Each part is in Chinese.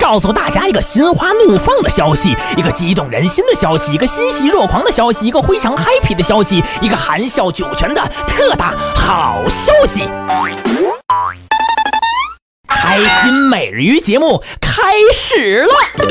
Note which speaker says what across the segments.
Speaker 1: 告诉大家一个心花怒放的消息，一个激动人心的消息，一个欣喜若狂的消息，一个非常 happy 的消息，一个含笑九泉的特大好消息！开心每日鱼节目开始了。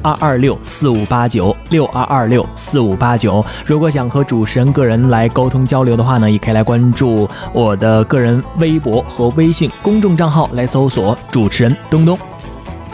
Speaker 1: 二二六四五八九六二二六四五八九。如果想和主持人个人来沟通交流的话呢，也可以来关注我的个人微博和微信公众账号来搜索主持人东东。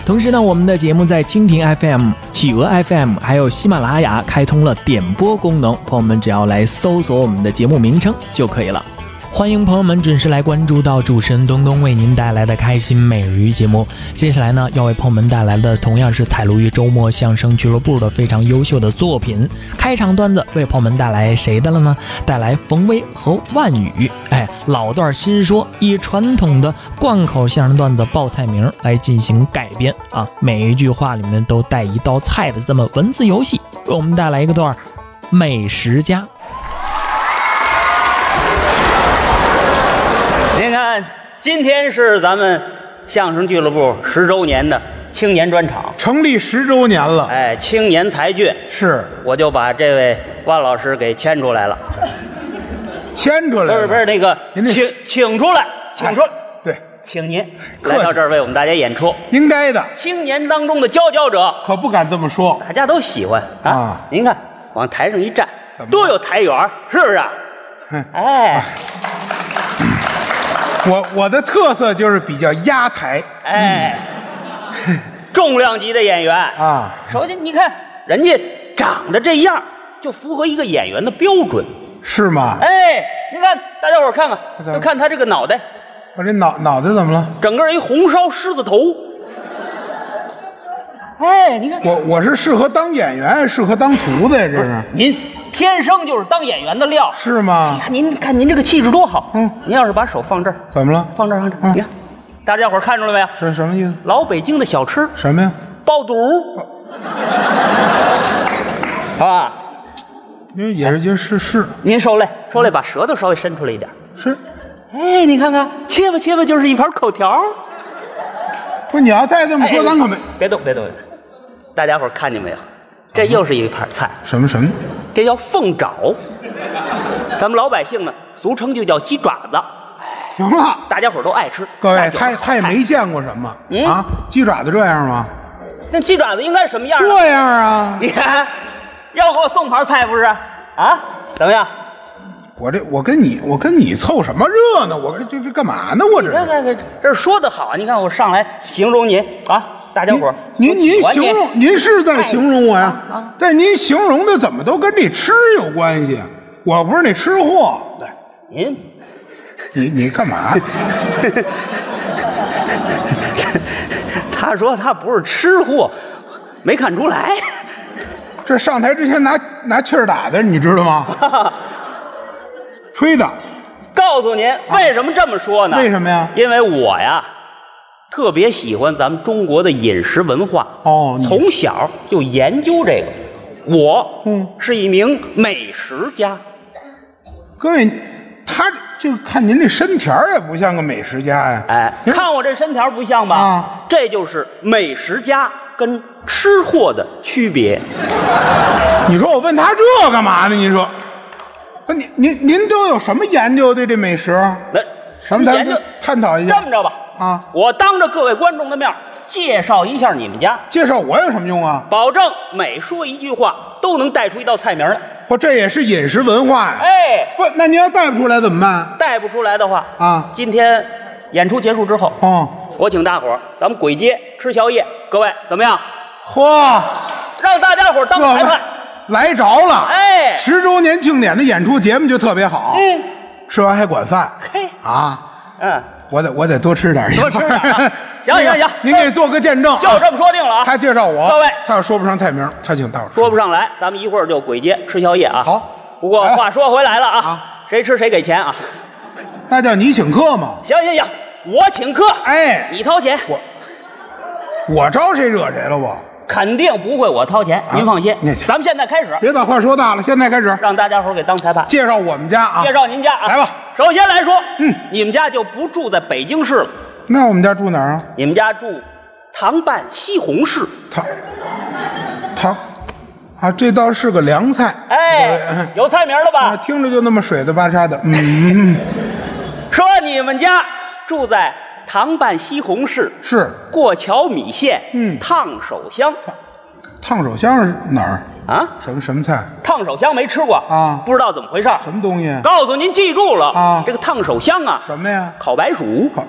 Speaker 1: 同时呢，我们的节目在蜻蜓 FM、企鹅 FM 还有喜马拉雅开通了点播功能，朋友们只要来搜索我们的节目名称就可以了。欢迎朋友们准时来关注到主持人东东为您带来的开心美人鱼节目。接下来呢，要为朋友们带来的同样是采录于周末相声俱乐部的非常优秀的作品。开场段子为朋友们带来谁的了呢？带来冯威和万语。哎，老段新说，以传统的贯口相声段子报菜名来进行改编啊，每一句话里面都带一道菜的这么文字游戏。为我们带来一个段儿，美食家。
Speaker 2: 您看，今天是咱们相声俱乐部十周年的青年专场，
Speaker 3: 成立十周年了，
Speaker 2: 哎，青年才俊，
Speaker 3: 是
Speaker 2: 我就把这位万老师给牵出来了，
Speaker 3: 牵出来
Speaker 2: 不
Speaker 3: 了，
Speaker 2: 是不是那个，
Speaker 3: 您这
Speaker 2: 请请出来，请出来，
Speaker 3: 对，
Speaker 2: 请您
Speaker 3: 客气
Speaker 2: 来到这儿为我们大家演出，
Speaker 3: 应该的，
Speaker 2: 青年当中的佼佼者，
Speaker 3: 可不敢这么说。
Speaker 2: 大家都喜欢啊。
Speaker 3: 啊
Speaker 2: 您看，往台上一站
Speaker 3: 怎，么
Speaker 2: 多有台缘儿，是不是啊？哎
Speaker 3: 我我的特色就是比较压台
Speaker 2: 哎，重量级的演员啊
Speaker 3: 啊，
Speaker 2: 首先你看人家长得这样，就符合一个演员的标准。
Speaker 3: 是吗？
Speaker 2: 哎，您看，大家伙儿看看，
Speaker 3: 看看
Speaker 2: 就看他这个脑袋，
Speaker 3: 我这脑脑袋怎么了？
Speaker 2: 整个一红烧狮子头。哎，您看，
Speaker 3: 我我是适合当演员，还是适合当厨子呀？这是
Speaker 2: 您天生就是当演员的料。
Speaker 3: 是吗？
Speaker 2: 看您看您这个气质多好。
Speaker 3: 嗯
Speaker 2: 您要是把手放这儿，
Speaker 3: 怎么了？
Speaker 2: 放这儿，放这儿，
Speaker 3: 嗯
Speaker 2: 你看，大家伙儿看出来没有？
Speaker 3: 是什么意思？
Speaker 2: 老北京的小吃
Speaker 3: 什么呀？
Speaker 2: 爆肚， 好吧？
Speaker 3: 因为也是也是是
Speaker 2: 您受累，受累，把舌头稍微伸出来一点。
Speaker 3: 是，
Speaker 2: 哎，你看看，切吧切吧，就是一盘口条。
Speaker 3: 不是你要再这么说，
Speaker 2: 哎
Speaker 3: 咱可没
Speaker 2: 别动，别动，别动大家伙儿看见没有？这又是一盘菜，
Speaker 3: 什么什么
Speaker 2: 这叫凤爪。咱们老百姓呢，俗称就叫鸡爪子，
Speaker 3: 行了。
Speaker 2: 大家伙儿都爱吃。
Speaker 3: 各位，
Speaker 2: 下酒
Speaker 3: 他他也没见过什么
Speaker 2: 嗯
Speaker 3: 啊，鸡爪子这样吗？
Speaker 2: 那鸡爪子应该是什么样啊？
Speaker 3: 这样啊，
Speaker 2: 你看，要给我送盘菜不是？啊，怎么样？
Speaker 3: 我这我跟你我跟你凑什么热闹？我跟这这干嘛呢？我这
Speaker 2: 你
Speaker 3: 是
Speaker 2: 看。看看，这说的好，你看我上来形容您啊，大家伙儿
Speaker 3: 您
Speaker 2: 都
Speaker 3: 您
Speaker 2: 喜欢哎啊
Speaker 3: 形容您是在形容我呀？但您形容的怎么都跟这吃有关系？啊我不是那吃货，
Speaker 2: 您
Speaker 3: 你你干嘛？
Speaker 2: 他说他不是吃货，没看出来。
Speaker 3: 这上台之前拿拿气儿打的，你知道吗？吹的，
Speaker 2: 告诉您为什么这么说呢？
Speaker 3: 为什么呀
Speaker 2: 因为我呀，特别喜欢咱们中国的饮食文化。
Speaker 3: 哦你
Speaker 2: 从小就研究这个。我
Speaker 3: 嗯
Speaker 2: 是一名美食家。
Speaker 3: 各位，他就看您这身条儿也不像个美食家呀。
Speaker 2: 哎，
Speaker 3: 您
Speaker 2: 看我这身条不像吧？
Speaker 3: 啊
Speaker 2: 这就是美食家跟吃货的区别。
Speaker 3: 你说我问他这干嘛呢？你说，不您您您都有什么研究对这美食？啊
Speaker 2: 那
Speaker 3: 咱们咱
Speaker 2: 研究
Speaker 3: 们探讨一
Speaker 2: 这么
Speaker 3: 下。
Speaker 2: 着吧，
Speaker 3: 啊
Speaker 2: 我当着各位观众的面儿介绍一下你们家，
Speaker 3: 介绍我有什么用啊？
Speaker 2: 保证每说一句话都能带出一道菜名来。
Speaker 3: 嚯，这也是饮食文化呀、
Speaker 2: 哎，
Speaker 3: 不，那您要带不出来怎么办？
Speaker 2: 带不出来的话
Speaker 3: 啊
Speaker 2: 今天演出结束之后，
Speaker 3: 哦，
Speaker 2: 我请大伙儿咱们鬼街吃宵夜，各位怎么样？
Speaker 3: 嚯，
Speaker 2: 让大家伙儿当
Speaker 3: 这
Speaker 2: 裁判。
Speaker 3: 来着了！
Speaker 2: 哎
Speaker 3: 十周年庆典的演出节目就特别好。
Speaker 2: 嗯，
Speaker 3: 吃完还管饭
Speaker 2: 嘿，
Speaker 3: 啊！
Speaker 2: 嗯，
Speaker 3: 我得我得多吃点，
Speaker 2: 多吃点 啊行
Speaker 3: 那个
Speaker 2: 行行
Speaker 3: 您给做个见证，
Speaker 2: 就这么说定了啊。
Speaker 3: 他介绍我，
Speaker 2: 各位
Speaker 3: 他要说不上菜名，他请大伙儿
Speaker 2: 说不上来，咱们一会儿就鬼街吃宵夜啊。
Speaker 3: 好哎
Speaker 2: 不过
Speaker 3: 来
Speaker 2: 话说回来了啊
Speaker 3: 啊，
Speaker 2: 谁吃谁给钱啊。
Speaker 3: 那叫你请客嘛。
Speaker 2: 行行行，我请客，
Speaker 3: 哎，
Speaker 2: 你掏钱，
Speaker 3: 我我招谁惹谁了？我
Speaker 2: 肯定不会我掏钱，您放心
Speaker 3: 啊那。
Speaker 2: 咱们现在开始，
Speaker 3: 别把话说大了，现在开始
Speaker 2: 让大家伙儿给当裁判，
Speaker 3: 介绍我们家啊。
Speaker 2: 介绍您家啊。
Speaker 3: 来吧，
Speaker 2: 首先来说，
Speaker 3: 嗯，
Speaker 2: 你们家就不住在北京市了，
Speaker 3: 那我们家住哪儿啊？
Speaker 2: 你们家住唐办西红柿。
Speaker 3: 糖糖啊，这倒是个凉菜。
Speaker 2: 哎，有菜名了
Speaker 3: 啊，
Speaker 2: 吧？
Speaker 3: 听着就那么水的巴沙的，嗯，
Speaker 2: 说你们家住在唐办西红柿，
Speaker 3: 是
Speaker 2: 过桥米线，
Speaker 3: 嗯
Speaker 2: 烫手香
Speaker 3: 烫手香是哪儿？
Speaker 2: 啊。
Speaker 3: 什么什么菜？
Speaker 2: 烫手香没吃过
Speaker 3: 啊
Speaker 2: 不知道怎么回事儿。
Speaker 3: 什么东西？
Speaker 2: 告诉您，记住了
Speaker 3: 啊
Speaker 2: 这个烫手香啊，
Speaker 3: 什么呀？
Speaker 2: 烤白薯。
Speaker 3: 烤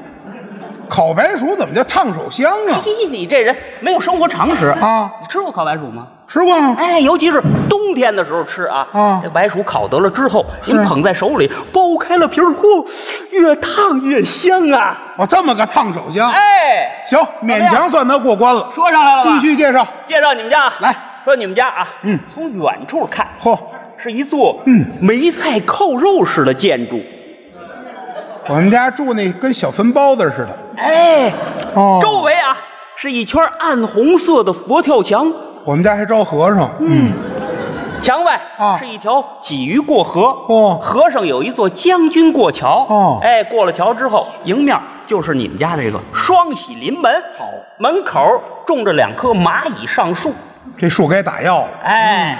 Speaker 3: 烤白薯怎么叫烫手香啊？
Speaker 2: 嘿，你这人没有生活常识
Speaker 3: 啊
Speaker 2: 你吃过烤白薯吗？
Speaker 3: 吃过吗？
Speaker 2: 哎，尤其是冬天的时候吃啊，
Speaker 3: 啊
Speaker 2: 这个白薯烤得了之后，您捧在手里，剥开了皮儿，嚯，越烫越香啊！
Speaker 3: 哦，这么个烫手香，
Speaker 2: 哎，
Speaker 3: 行，勉强算他过关了。
Speaker 2: 说上来了吧，
Speaker 3: 继续介绍，
Speaker 2: 介绍你们家啊，
Speaker 3: 来
Speaker 2: 说你们家啊，
Speaker 3: 嗯
Speaker 2: 从远处看，
Speaker 3: 嚯，
Speaker 2: 是一座
Speaker 3: 嗯
Speaker 2: 梅菜扣肉式的建筑，
Speaker 3: 我们家住那跟小坟包子似的。
Speaker 2: 哎，
Speaker 3: 哦，
Speaker 2: 周围啊是一圈暗红色的佛跳墙，
Speaker 3: 我们家还招和尚。嗯，
Speaker 2: 墙外
Speaker 3: 啊
Speaker 2: 是一条鲫鱼过河。
Speaker 3: 哦
Speaker 2: 河上有一座将军过桥。
Speaker 3: 哦
Speaker 2: 哎，过了桥之后，迎面就是你们家的这个双喜临门。
Speaker 3: 好
Speaker 2: 门口种着两棵蚂蚁上树。
Speaker 3: 这树该打药了。
Speaker 2: 哎，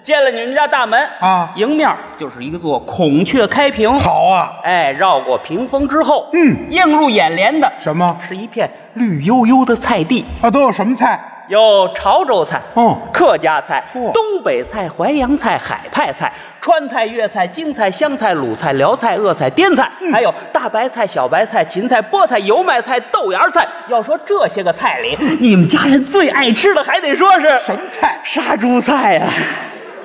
Speaker 2: 进了你们家大门
Speaker 3: 啊
Speaker 2: 迎面就是一座孔雀开屏。
Speaker 3: 好啊，
Speaker 2: 哎，绕过屏风之后，
Speaker 3: 嗯
Speaker 2: 映入眼帘的
Speaker 3: 什么
Speaker 2: 是一片绿油油的菜地。
Speaker 3: 啊？都有什么菜？
Speaker 2: 有潮州菜、
Speaker 3: 哦
Speaker 2: 客家菜、
Speaker 3: 嚯
Speaker 2: 东北菜、淮扬菜、海派菜、川菜、粤菜、京菜、湘菜、鲁菜、辽菜、鄂菜、滇菜，
Speaker 3: 嗯
Speaker 2: 还有大白菜、小白菜、芹菜、菠菜、油麦菜、豆芽菜。要说这些个菜里，你们家人最爱吃的，还得说是
Speaker 3: 什么菜？
Speaker 2: 杀猪菜啊呀、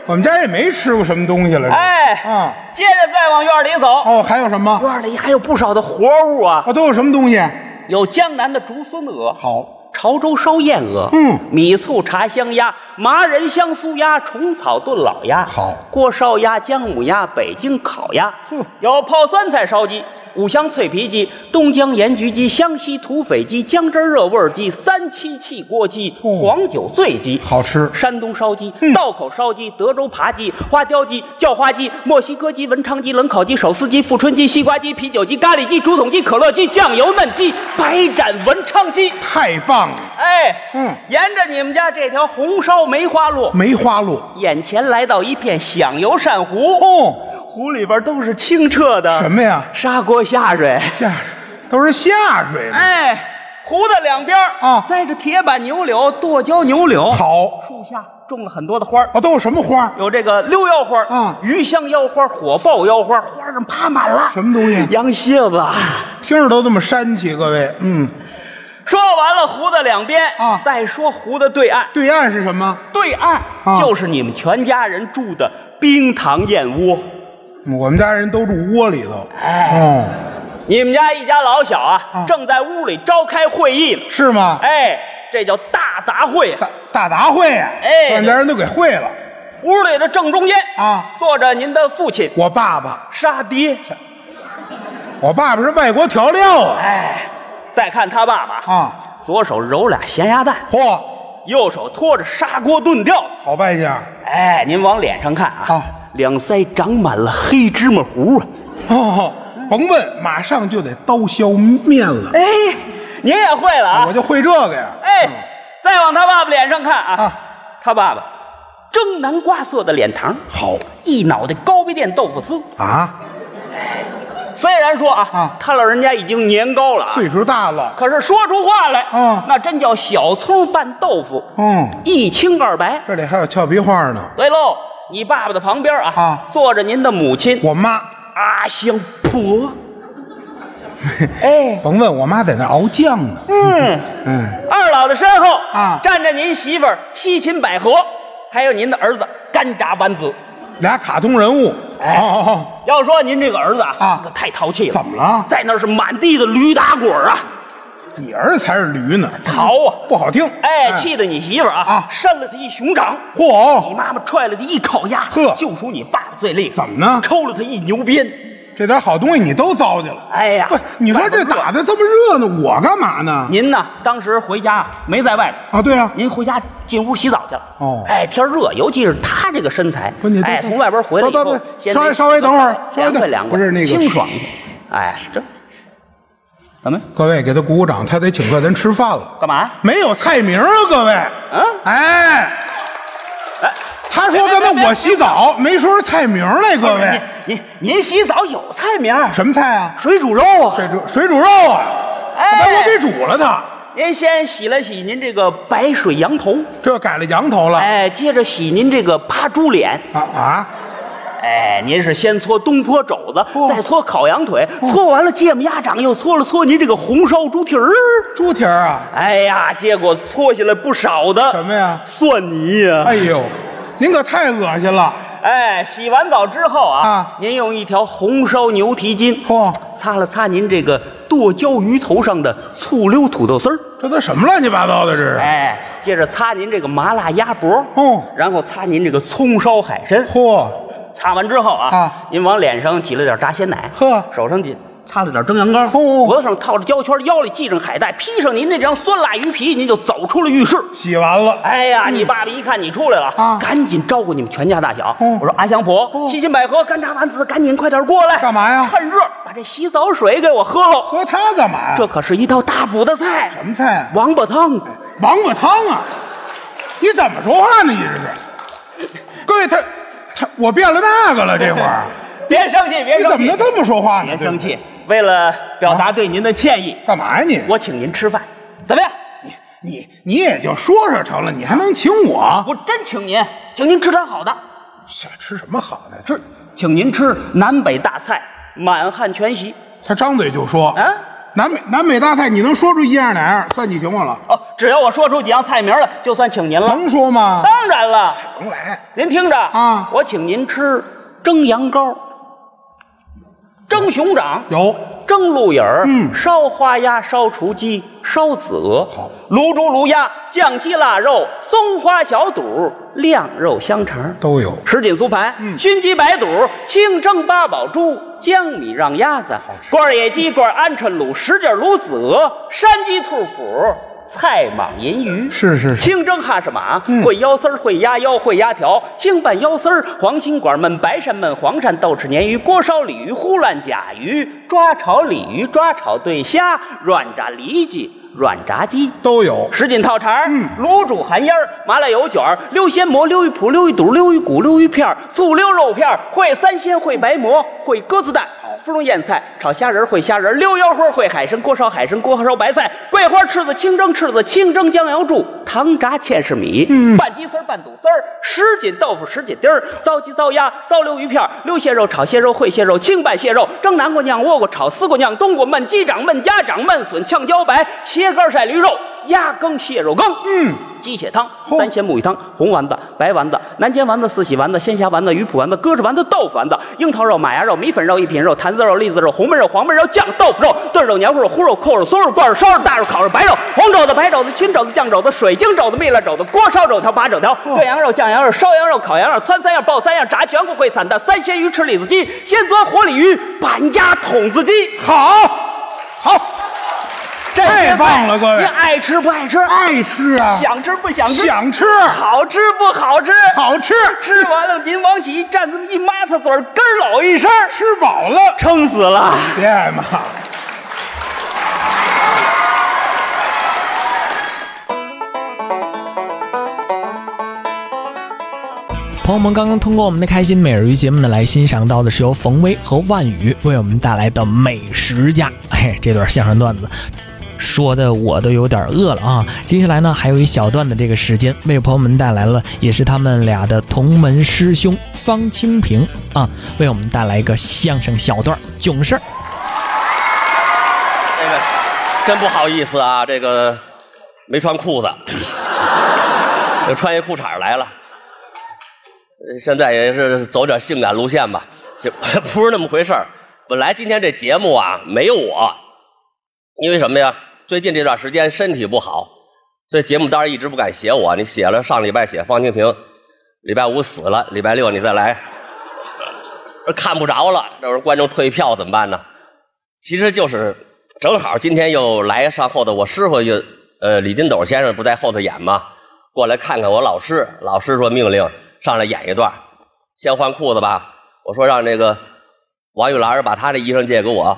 Speaker 3: 我们家也没吃过什么东西了。这
Speaker 2: 哎，
Speaker 3: 啊，
Speaker 2: 接着再往院里走，
Speaker 3: 哦，还有什么？
Speaker 2: 院里还有不少的活物啊，
Speaker 3: 啊，都有什么东西？
Speaker 2: 有江南的竹荪鹅，
Speaker 3: 好，
Speaker 2: 潮州烧燕鹅，
Speaker 3: 嗯
Speaker 2: 米醋茶香鸭，麻仁香酥鸭，虫草炖老鸭，
Speaker 3: 好
Speaker 2: 锅烧鸭、姜母鸭、北京烤鸭，
Speaker 3: 哼
Speaker 2: 有泡酸菜烧鸡。五香脆皮鸡、东江盐焗鸡、湘西土匪鸡、姜汁热味儿鸡、三七汽锅鸡、
Speaker 3: 哦
Speaker 2: 黄酒醉鸡，
Speaker 3: 好吃
Speaker 2: 山东烧鸡、
Speaker 3: 嗯
Speaker 2: 道口烧鸡、德州扒鸡、花雕鸡、叫花鸡、墨西哥鸡、文昌鸡、冷烤鸡、手撕鸡、富春鸡、西瓜鸡、啤酒鸡、咖喱鸡、竹筒鸡、可乐鸡、酱油嫩鸡、白斩文昌鸡。
Speaker 3: 太棒了！
Speaker 2: 哎，
Speaker 3: 嗯
Speaker 2: 沿着你们家这条红烧梅花路，
Speaker 3: 梅花鹿。
Speaker 2: 眼前来到一片响油扇湖，
Speaker 3: 哦，
Speaker 2: 湖里边都是清澈的，
Speaker 3: 什么呀？
Speaker 2: 砂锅下水。
Speaker 3: 下都是下水的。
Speaker 2: 哎，湖的两边
Speaker 3: 嗯啊
Speaker 2: 栽着铁板牛柳、剁椒牛柳，
Speaker 3: 好
Speaker 2: 树下种了很多的花儿
Speaker 3: 啊，都有什么花？
Speaker 2: 有这个溜腰花儿
Speaker 3: 啊
Speaker 2: 鱼香腰花儿、火爆腰花儿，花儿上爬满了
Speaker 3: 什么东西
Speaker 2: 羊蝎子啊。
Speaker 3: 听着都这么煽气，各位。嗯，
Speaker 2: 说完了湖的两边
Speaker 3: 啊
Speaker 2: 再说湖的对岸，
Speaker 3: 对岸是什么？
Speaker 2: 对岸
Speaker 3: 啊
Speaker 2: 就是你们全家人住的冰糖燕窝。
Speaker 3: 我们家人都住窝里头。
Speaker 2: 哎
Speaker 3: 哦，
Speaker 2: 你们家一家老小啊，
Speaker 3: 啊
Speaker 2: 正在屋里召开会议呢。
Speaker 3: 是吗？
Speaker 2: 哎，这叫大杂烩啊！
Speaker 3: 大大杂烩啊！
Speaker 2: 哎
Speaker 3: 把我们家人都给烩了。
Speaker 2: 屋里的正中间
Speaker 3: 啊
Speaker 2: 坐着您的父亲
Speaker 3: 我爸爸，
Speaker 2: 沙爹。
Speaker 3: 我爸爸是外国调料啊。
Speaker 2: 哎，再看他爸爸，
Speaker 3: 啊，
Speaker 2: 左手揉俩咸鸭蛋，
Speaker 3: 嚯，
Speaker 2: 右手托着砂锅炖吊子。
Speaker 3: 好败家。
Speaker 2: 哎，您往脸上看啊，
Speaker 3: 啊
Speaker 2: 两腮长满了黑芝麻糊啊。
Speaker 3: 哦，甭问，马上就得刀削面了。
Speaker 2: 哎，您也会了啊？
Speaker 3: 我就会这个呀。
Speaker 2: 哎，再再往他爸爸脸上看啊，
Speaker 3: 啊
Speaker 2: 他爸爸蒸南瓜色的脸膛，
Speaker 3: 好
Speaker 2: 一脑袋高碑店豆腐丝。
Speaker 3: 啊，
Speaker 2: 虽然说啊，
Speaker 3: 啊
Speaker 2: 他老人家已经年高了啊，
Speaker 3: 岁数大了，
Speaker 2: 可是说出话来，
Speaker 3: 嗯
Speaker 2: 那真叫小葱拌豆腐，
Speaker 3: 嗯，
Speaker 2: 一清二白。
Speaker 3: 这里还有俏皮话呢。
Speaker 2: 对喽，你爸爸的旁边啊，
Speaker 3: 啊
Speaker 2: 坐着您的母亲
Speaker 3: 我妈，
Speaker 2: 阿香婆。 哎，
Speaker 3: 甭问我妈在那儿熬酱呢。
Speaker 2: 嗯，
Speaker 3: 嗯，
Speaker 2: 二老的身后
Speaker 3: 啊
Speaker 2: 站着您媳妇儿西芹百合，还有您的儿子干炸丸子。
Speaker 3: 俩卡通人物。
Speaker 2: 哎
Speaker 3: 哦哦哦，
Speaker 2: 要说您这个儿子啊，
Speaker 3: 啊
Speaker 2: 可太淘气了，
Speaker 3: 怎么了
Speaker 2: 在那儿是满地的驴打滚儿啊，
Speaker 3: 你儿子才是驴呢，
Speaker 2: 淘啊！
Speaker 3: 不好听。
Speaker 2: 哎，气得你媳妇儿啊
Speaker 3: 啊，
Speaker 2: 扇了他一熊掌，你
Speaker 3: 嚯，哦
Speaker 2: 妈妈踹了他一烤鸭，
Speaker 3: 呵
Speaker 2: 就属你爸爸最厉害，
Speaker 3: 怎么呢
Speaker 2: 抽了他一牛鞭，
Speaker 3: 这点好东西你都糟践了。
Speaker 2: 哎呀
Speaker 3: 不，，你说这打的这么热闹，我干嘛呢？
Speaker 2: 啊您呢？当时回家啊没在外边，
Speaker 3: 啊，对啊，
Speaker 2: 您回家进屋洗澡去了。
Speaker 3: 哦
Speaker 2: 哎，天热，尤其是他这个身材
Speaker 3: 不你，等
Speaker 2: 哎，
Speaker 3: 等
Speaker 2: 从外边回来以
Speaker 3: 等
Speaker 2: 后
Speaker 3: 等等，
Speaker 2: 先
Speaker 3: 稍微
Speaker 2: 得洗
Speaker 3: 稍微
Speaker 2: 个
Speaker 3: 等会儿
Speaker 2: 澡
Speaker 3: 稍微
Speaker 2: 凉快
Speaker 3: 等
Speaker 2: 凉快，
Speaker 3: 不是那个
Speaker 2: 清爽一点。哎，这怎么
Speaker 3: 各位给他鼓鼓掌，他得请客，咱吃饭了。
Speaker 2: 干嘛？
Speaker 3: 没有菜名啊，各位。嗯，哎，
Speaker 2: 哎，
Speaker 3: 他说刚才我洗澡，没说是菜名来，各位。
Speaker 2: 您您您洗澡有菜名儿？
Speaker 3: 什么菜啊？
Speaker 2: 水煮肉啊！
Speaker 3: 水煮水煮肉啊，把我给
Speaker 2: 哎，
Speaker 3: 煮了他。
Speaker 2: 您先洗了洗您这个白水羊头，
Speaker 3: 这改了羊头了。
Speaker 2: 哎，接着洗您这个趴猪脸，
Speaker 3: 啊啊！
Speaker 2: 哎，您是先搓东坡肘子，
Speaker 3: 哦
Speaker 2: 再搓烤羊腿，搓完了芥末鸭掌，又搓了搓您这个红烧猪蹄儿。
Speaker 3: 猪蹄儿啊！
Speaker 2: 哎呀，结果搓下来不少的
Speaker 3: 什么呀
Speaker 2: 蒜泥呀、
Speaker 3: 哎呦，您可太恶心了！
Speaker 2: 哎，洗完澡之后啊，
Speaker 3: 啊
Speaker 2: 您用一条红烧牛蹄筋
Speaker 3: 嚯，
Speaker 2: 擦了擦您这个剁椒鱼头上的醋溜土豆丝儿。
Speaker 3: 这都什么乱七八糟的这是？
Speaker 2: 哎，接着擦您这个麻辣鸭脖，
Speaker 3: 哦
Speaker 2: 然后擦您这个葱烧海参，
Speaker 3: 嚯，
Speaker 2: 擦完之后啊，
Speaker 3: 啊
Speaker 2: 您往脸上挤了点炸鲜奶，
Speaker 3: 呵
Speaker 2: 手上挤擦了点蒸羊羔，
Speaker 3: 哦
Speaker 2: 脖子上套着胶圈，腰里系上海带，披上您那张酸辣鱼皮，您就走出了浴室。
Speaker 3: 洗完了，
Speaker 2: 哎呀，你爸爸一看你出来了，
Speaker 3: 嗯啊
Speaker 2: 赶紧招呼你们全家大小。
Speaker 3: 嗯
Speaker 2: 我说阿香婆、西芹百合、干炸丸子，赶紧快点过来，
Speaker 3: 干嘛呀
Speaker 2: 趁热把这洗澡水给我喝了，
Speaker 3: 喝它干嘛呀？
Speaker 2: 这可是一道大补的菜，
Speaker 3: 什么菜啊？
Speaker 2: 王八汤。
Speaker 3: 王八汤啊！你怎么说话呢？你这是？各位，他他我变了那个了，这会儿
Speaker 2: 别生气， 别
Speaker 3: 你
Speaker 2: 生气，
Speaker 3: 怎么能这么啊说话呢？
Speaker 2: 别生气，为了表达对您的歉意，
Speaker 3: 干嘛呀你？
Speaker 2: 我请您吃饭，怎么样？
Speaker 3: 你你也就说说成了，你还能请我？
Speaker 2: 我真请您，请您吃点好的，
Speaker 3: 这吃什么好的？
Speaker 2: 吃，请您吃南北大菜，满汉全席
Speaker 3: 他张嘴就说
Speaker 2: 啊。
Speaker 3: 南美南美大菜，你能说出一样两样，算你请我了，
Speaker 2: 哦。只要我说出几样菜名来，就算请您了。
Speaker 3: 能说吗？
Speaker 2: 当然了，
Speaker 3: 能来。
Speaker 2: 您听着
Speaker 3: 啊
Speaker 2: 我请您吃蒸羊羔、蒸熊掌、
Speaker 3: 有
Speaker 2: 蒸鹿眼儿、
Speaker 3: 嗯
Speaker 2: 烧花鸭、烧雏鸡、烧子鹅、
Speaker 3: 好
Speaker 2: 卤猪、卤鸭、酱鸡、腊肉、松花小肚、晾肉香肠、
Speaker 3: 都嗯有，
Speaker 2: 什锦酥盘、熏鸡白肚、清蒸八宝猪、江米让鸭子、罐野鸡、罐鹌鹑卤、什锦卤子鹅、山鸡兔脯、菜蟒银鱼，
Speaker 3: 是是是嗯
Speaker 2: 清蒸哈士马、烩腰丝儿、烩鸭腰、烩鸭条、清拌腰丝儿、黄心管焖白鳝焖黄鳝、豆豉鲶鱼、锅烧鲤鱼、呼烂甲鱼、抓炒鲤鱼、抓炒对虾、软炸里脊、软炸鸡。
Speaker 3: 都有。
Speaker 2: 什锦套肠、嗯、卤煮寒烟儿、麻辣油卷儿、溜鲜蘑、溜鱼脯、溜鱼肚、溜鱼骨、溜鱼片儿、醋溜肉片儿、烩三鲜、烩白馍、烩鸽子蛋、芙蓉燕菜、炒虾仁儿、烩虾仁儿、溜腰花儿、烩海参、锅烧海参、锅烧白菜、桂花翅子、清蒸翅子、清蒸江瑶柱、糖炸芡实米、拌鸡丝儿、拌肚丝儿、什锦豆腐、什锦丁儿、糟鸡、糟鸭、糟溜鱼片儿、溜蟹肉、炒蟹肉、烩蟹肉、清拌蟹肉、蒸南瓜、酿倭瓜、炒丝瓜、酿冬瓜、焖鸡掌、焖鸭掌、焖笋、炝茭白、切肝晒驴肉、鸭羹、蟹肉羹。嗯。鸡血汤、
Speaker 3: 嚯
Speaker 2: 三鲜木鱼汤、红丸子、白丸子、南煎丸子、四喜丸子、鲜虾丸子、鱼脯丸子、鸽子丸子、豆腐丸子、樱桃肉、马牙肉、米粉肉、一品肉、坛子肉、栗子肉、红焖肉、黄焖肉、酱豆腐肉、炖肉、黏糊肉、烀肉、扣肉、松肉、灌肉、烧肉、大肉、烤肉、白肉、红肘子、白肘子、青肘子、酱肘子、水晶肘子、蜜蜡肘子、锅烧肘条、八肘条、炖羊肉、酱羊肉、烧羊肉、烤羊肉、汆三样、爆三样、炸全骨烩散的三鲜鱼、吃李子鸡、鲜钻活鲤鱼、板鸭筒子鸡。
Speaker 3: 好，好，太棒了，各
Speaker 2: 您
Speaker 3: 位，
Speaker 2: 爱吃不爱吃？
Speaker 3: 爱吃啊，
Speaker 2: 想吃不想吃？
Speaker 3: 想吃，
Speaker 2: 好吃不好吃？
Speaker 3: 好吃，
Speaker 2: 吃完了，您往起一站，这么一抹擦嘴儿，咯儿老一声，
Speaker 3: 吃饱了，
Speaker 2: 撑死了。
Speaker 3: 别挨骂。
Speaker 1: 朋友们刚刚通过我们的开心美人鱼节目呢，来欣赏到的是由冯威和万宇为我们带来的美食家。哎，这段相声段子。说的我都有点饿了啊！接下来呢，还有一小段的这个时间，为朋友们带来了，也是他们俩的同门师兄方清平啊，为我们带来一个相声小段儿囧事儿。
Speaker 4: 那个，真不好意思啊，这个没穿裤子， 就穿一裤衩儿来了。呃现在也是走点性感路线吧，就 不是那么回事儿。本来今天这节目啊没有我，因为什么呀？最近这段时间身体不好，所以节目单儿一直不敢写我。你写了上礼拜写方清平，礼拜五死了，礼拜六你再来， 呃看不着了，到时候观众退票怎么办呢？其实就是正好今天又来上后头，我师傅又呃李金斗先生不在后头演吗？过来看看我老师，老师说命令上来演一段，先换裤子吧。我说让那个王玉兰儿把她的衣裳借给我，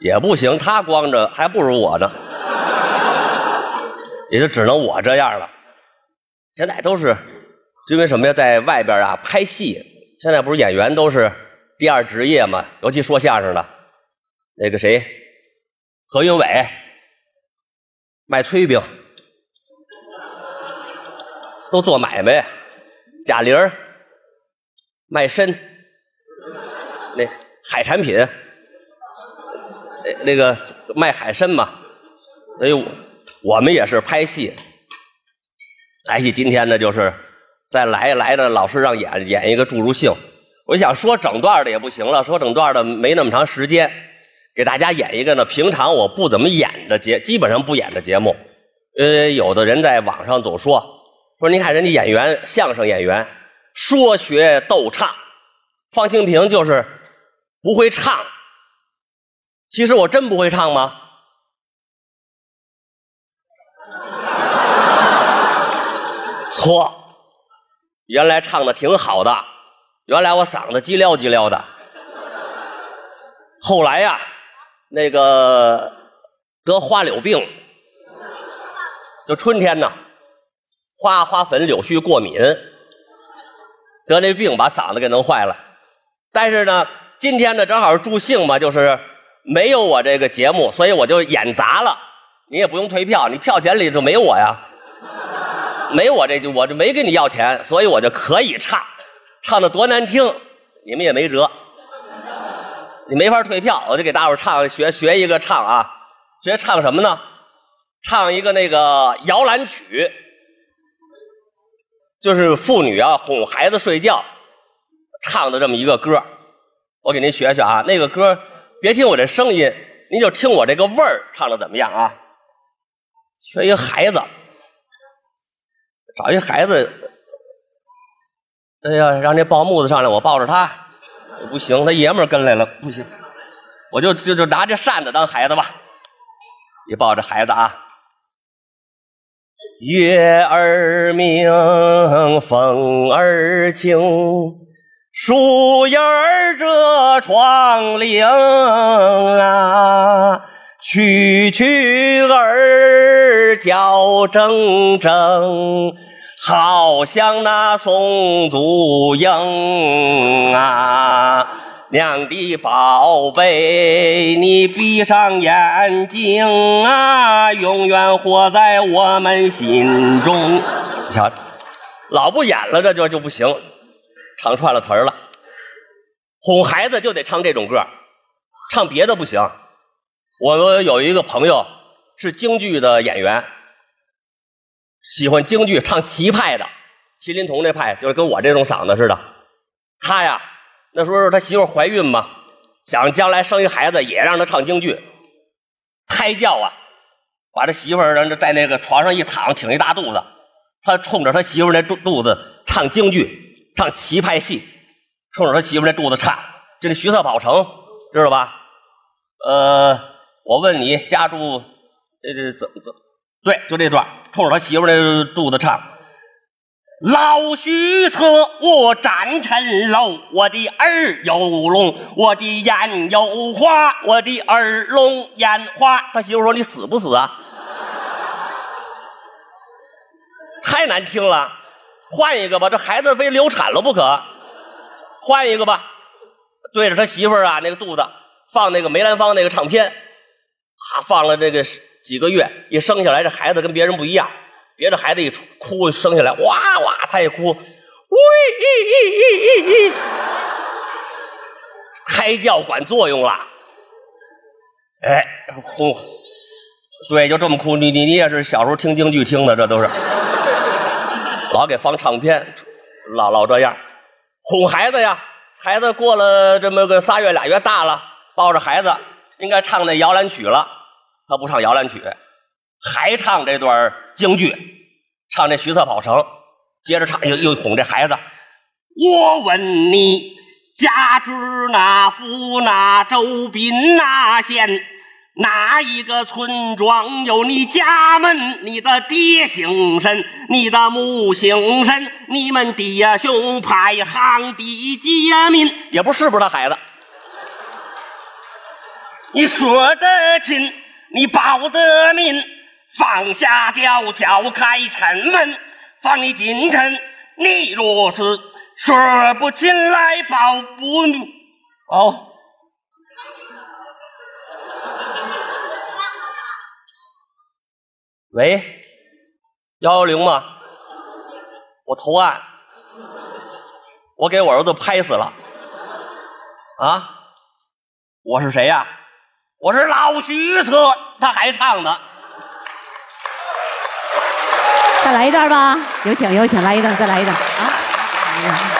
Speaker 4: 也不行，她光着还不如我呢，也就只能我这样了。现在都是因为什么呀，在外边啊拍戏，现在不是演员都是第二职业嘛，尤其说相声的，那个谁，何云伟卖炊饼，都做买卖。贾玲儿卖身，那海产品，那那个卖海参嘛。所以我我们也是拍戏，拍戏今天呢就是再来来的老师让演演一个助助兴。我想说整段的也不行了，说整段的没那么长时间。给大家演一个呢，平常我不怎么演的节，基本上不演的节目。呃，有的人在网上总说说，您看人家演员，相声演员说学逗唱，方清平就是不会唱。其实我真不会唱吗？ 错，原来唱的挺好的，原来我嗓子叽撩叽撩的。后来呀、那个得花柳病，就春天呢，花花粉柳絮过敏，得那病把嗓子给弄坏了。但是呢，今天呢正好是助兴嘛，就是没有我这个节目，所以我就演砸了。你也不用退票，你票钱里头没我呀，没我这就我这没跟你要钱，所以我就可以唱，唱的多难听，你们也没辙。你没法退票，我就给大伙儿唱学学一个唱啊，学唱什么呢？唱一个那个摇篮曲，就是妇女啊哄孩子睡觉唱的这么一个歌儿我给您学学啊，那个歌儿别听我这声音，您就听我这个味儿唱的怎么样啊？学一个孩子，找一孩子，哎呀，让这抱木子上来，我抱着他。不行，他爷们儿跟来了，不行，我就就就拿这扇子当孩子吧，你抱着孩子啊。月儿明，风儿轻，树叶儿遮窗棂啊，蛐蛐儿叫铮铮，好像那宋祖英啊。娘的宝贝，你闭上眼睛啊，永远活在我们心中。瞧瞧，老不演了，这就就不行，唱串了词儿了。哄孩子就得唱这种歌，唱别的不行。我们有一个朋友是京剧的演员，喜欢京剧，唱麒派的，麒麟童这派，就是跟我这种嗓子似的。他呀，那时候他媳妇怀孕嘛，想将来生一孩子也让他唱京剧，胎教啊，把这媳妇儿呢在那个床上一躺，挺一大肚子，他冲着他媳妇儿那肚肚子唱京剧，唱棋派戏，冲着他媳妇儿那肚子唱，这是徐色宝城，知道吧？呃，我问你家住，这这怎怎？对，就这段，冲着他媳妇儿那肚子唱。老徐策，我展陈楼，我的耳有聋，我的眼有花，我的耳聋眼花。他媳妇说：“你死 不死啊？”太难听了，换一个吧，这孩子非流产了不可。换一个吧，对着他媳妇儿啊那个肚子放那个梅兰芳那个唱片，啊，放了这个十几个月，一生下来这孩子跟别人不一样，别的孩子一出哭生下来哇哇，他也哭，喂咦咦咦咦咦，胎教管作用了，哎，哭，对，就这么哭，你你你也是小时候听京剧听的，这都是，老给放唱片，老老这样。哄孩子呀，孩子过了这么个仨月俩月大了，抱着孩子应该唱那摇篮曲了，他不唱摇篮曲，还唱这段京剧，唱这《徐策跑城》，接着唱又又哄这孩子。我问你，家知哪府哪州滨哪县？哪一个村庄有你家门？你的爹姓甚？你的母姓甚？你们爹兄排行第几啊名？也不是不是他孩子。你说得亲，你报得名，放下吊桥开城门，放你进城。你若是说不进来，报不哦。喂，幺幺零吗？我投案，我给我儿子拍死了。啊，我是谁呀、我是老徐策，他还唱呢。
Speaker 5: 再来一段吧，有请有请，来一段，再来一段啊！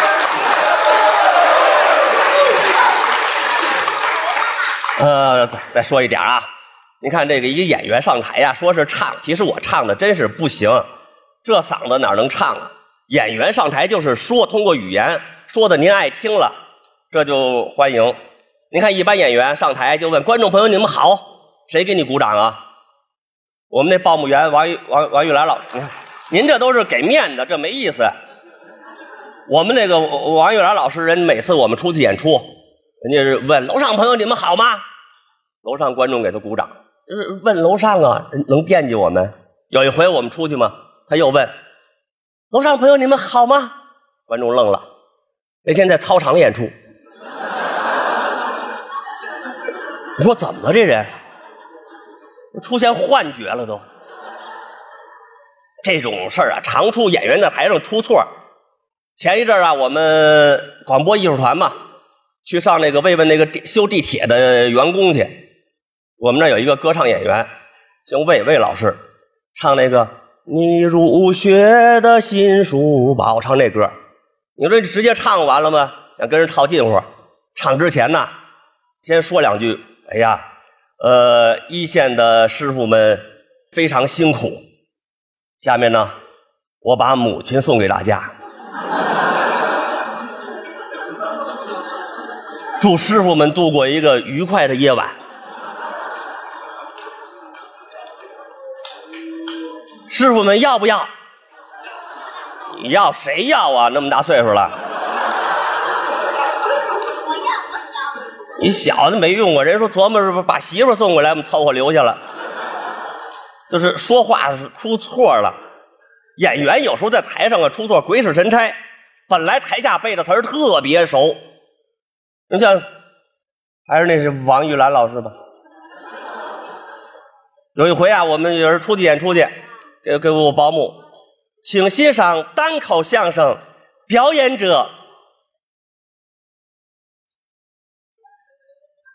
Speaker 4: 呃，再再说一点啊，您看这个一个演员上台呀、说是唱，其实我唱的真是不行，这嗓子哪能唱啊？演员上台就是说，通过语言说的您爱听了，这就欢迎。您看一般演员上台就问观众朋友你们好，谁给你鼓掌啊？我们那报幕员王玉王王玉兰老师，您看您这都是给面子，这没意思。我们那个王玉兰老师，人每次我们出去演出，人家是问楼上朋友你们好吗？楼上观众给他鼓掌，就是问楼上啊，能惦记我们？有一回我们出去嘛，他又问楼上朋友你们好吗？观众愣了，那天在操场演出，你说怎么了这人？出现幻觉了都。这种事儿啊，常出演员在台上出错儿。前一阵儿啊，我们广播艺术团嘛，去上那个慰问那个地修地铁的员工去。我们那儿有一个歌唱演员，姓魏魏老师，唱那个“你入学的新书包”，唱那歌。你说直接唱完了吗？想跟人套近乎，唱之前呢，先说两句。哎呀，呃，一线的师傅们非常辛苦。下面呢，我把母亲送给大家。祝师傅们度过一个愉快的夜晚。师傅们要不要？你要谁要啊？那么大岁数了，你小子没用过。人说琢磨着把媳妇儿送过来，我们凑合留下了。就是说话是出错了。演员有时候在台上啊出错，鬼使神差。本来台下背的词儿特别熟，你像还是那是王玉兰老师吧？有一回啊，我们有人出去演出去，给给我保姆，请欣赏单口相声表演者。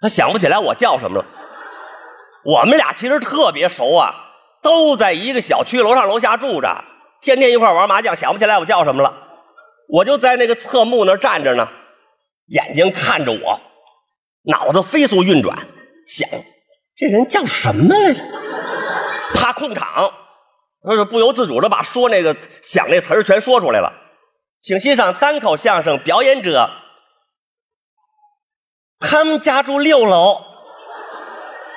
Speaker 4: 他想不起来我叫什么了。我们俩其实特别熟啊，都在一个小区楼上楼下住着，天天一块玩麻将，想不起来我叫什么了。我就在那个侧幕那儿站着呢，眼睛看着我，脑子飞速运转，想这人叫什么来着？怕控场，说是不由自主的把说那个想那词儿全说出来了。请欣赏单口相声表演者，他们家住六楼。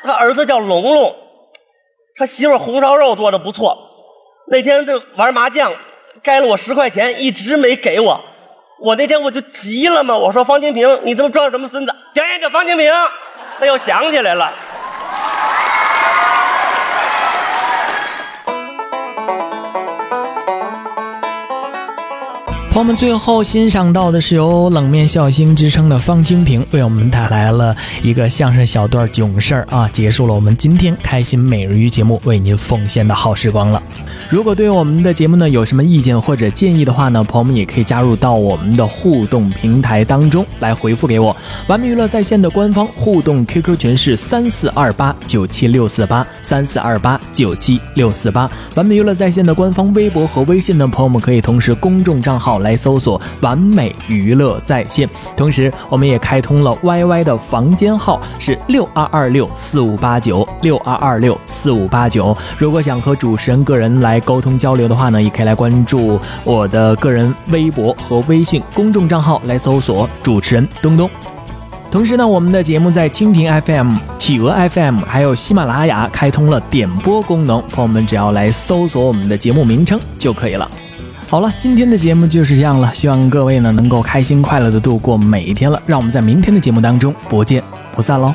Speaker 4: 他儿子叫龙龙，他媳妇儿红烧肉做的不错。那天就玩麻将，该了我十块钱，一直没给我。我那天我就急了嘛，我说方清平，你他妈装什么孙子？表演者方清平，他又想起来了。
Speaker 1: 朋友们，最后欣赏到的是由冷面笑星之称的方清平为我们带来了一个相声小段囧事儿啊，结束了我们今天开心每日鱼节目为您奉献的好时光了。如果对我们的节目呢有什么意见或者建议的话呢，朋友们也可以加入到我们的互动平台当中来回复给我。完美娱乐在线的官方互动 QQ 群是三四二八九七六四八三四二八九七六四八。完美娱乐在线的官方微博和微信呢，朋友们可以同时公众账号来搜索“完美娱乐在线”。同时，我们也开通了 YY 的房间号是六二二六四五八九六二二六四五八九。如果想和主持人个人来沟通交流的话呢，也可以来关注我的个人微博和微信公众账号来搜索主持人东东。同时呢，我们的节目在蜻蜓 FM、企鹅 FM 还有喜马拉雅开通了点播功能，朋友们只要来搜索我们的节目名称就可以了。好了，今天的节目就是这样了，希望各位呢能够开心快乐的度过每一天了。让我们在明天的节目当中不见不散喽。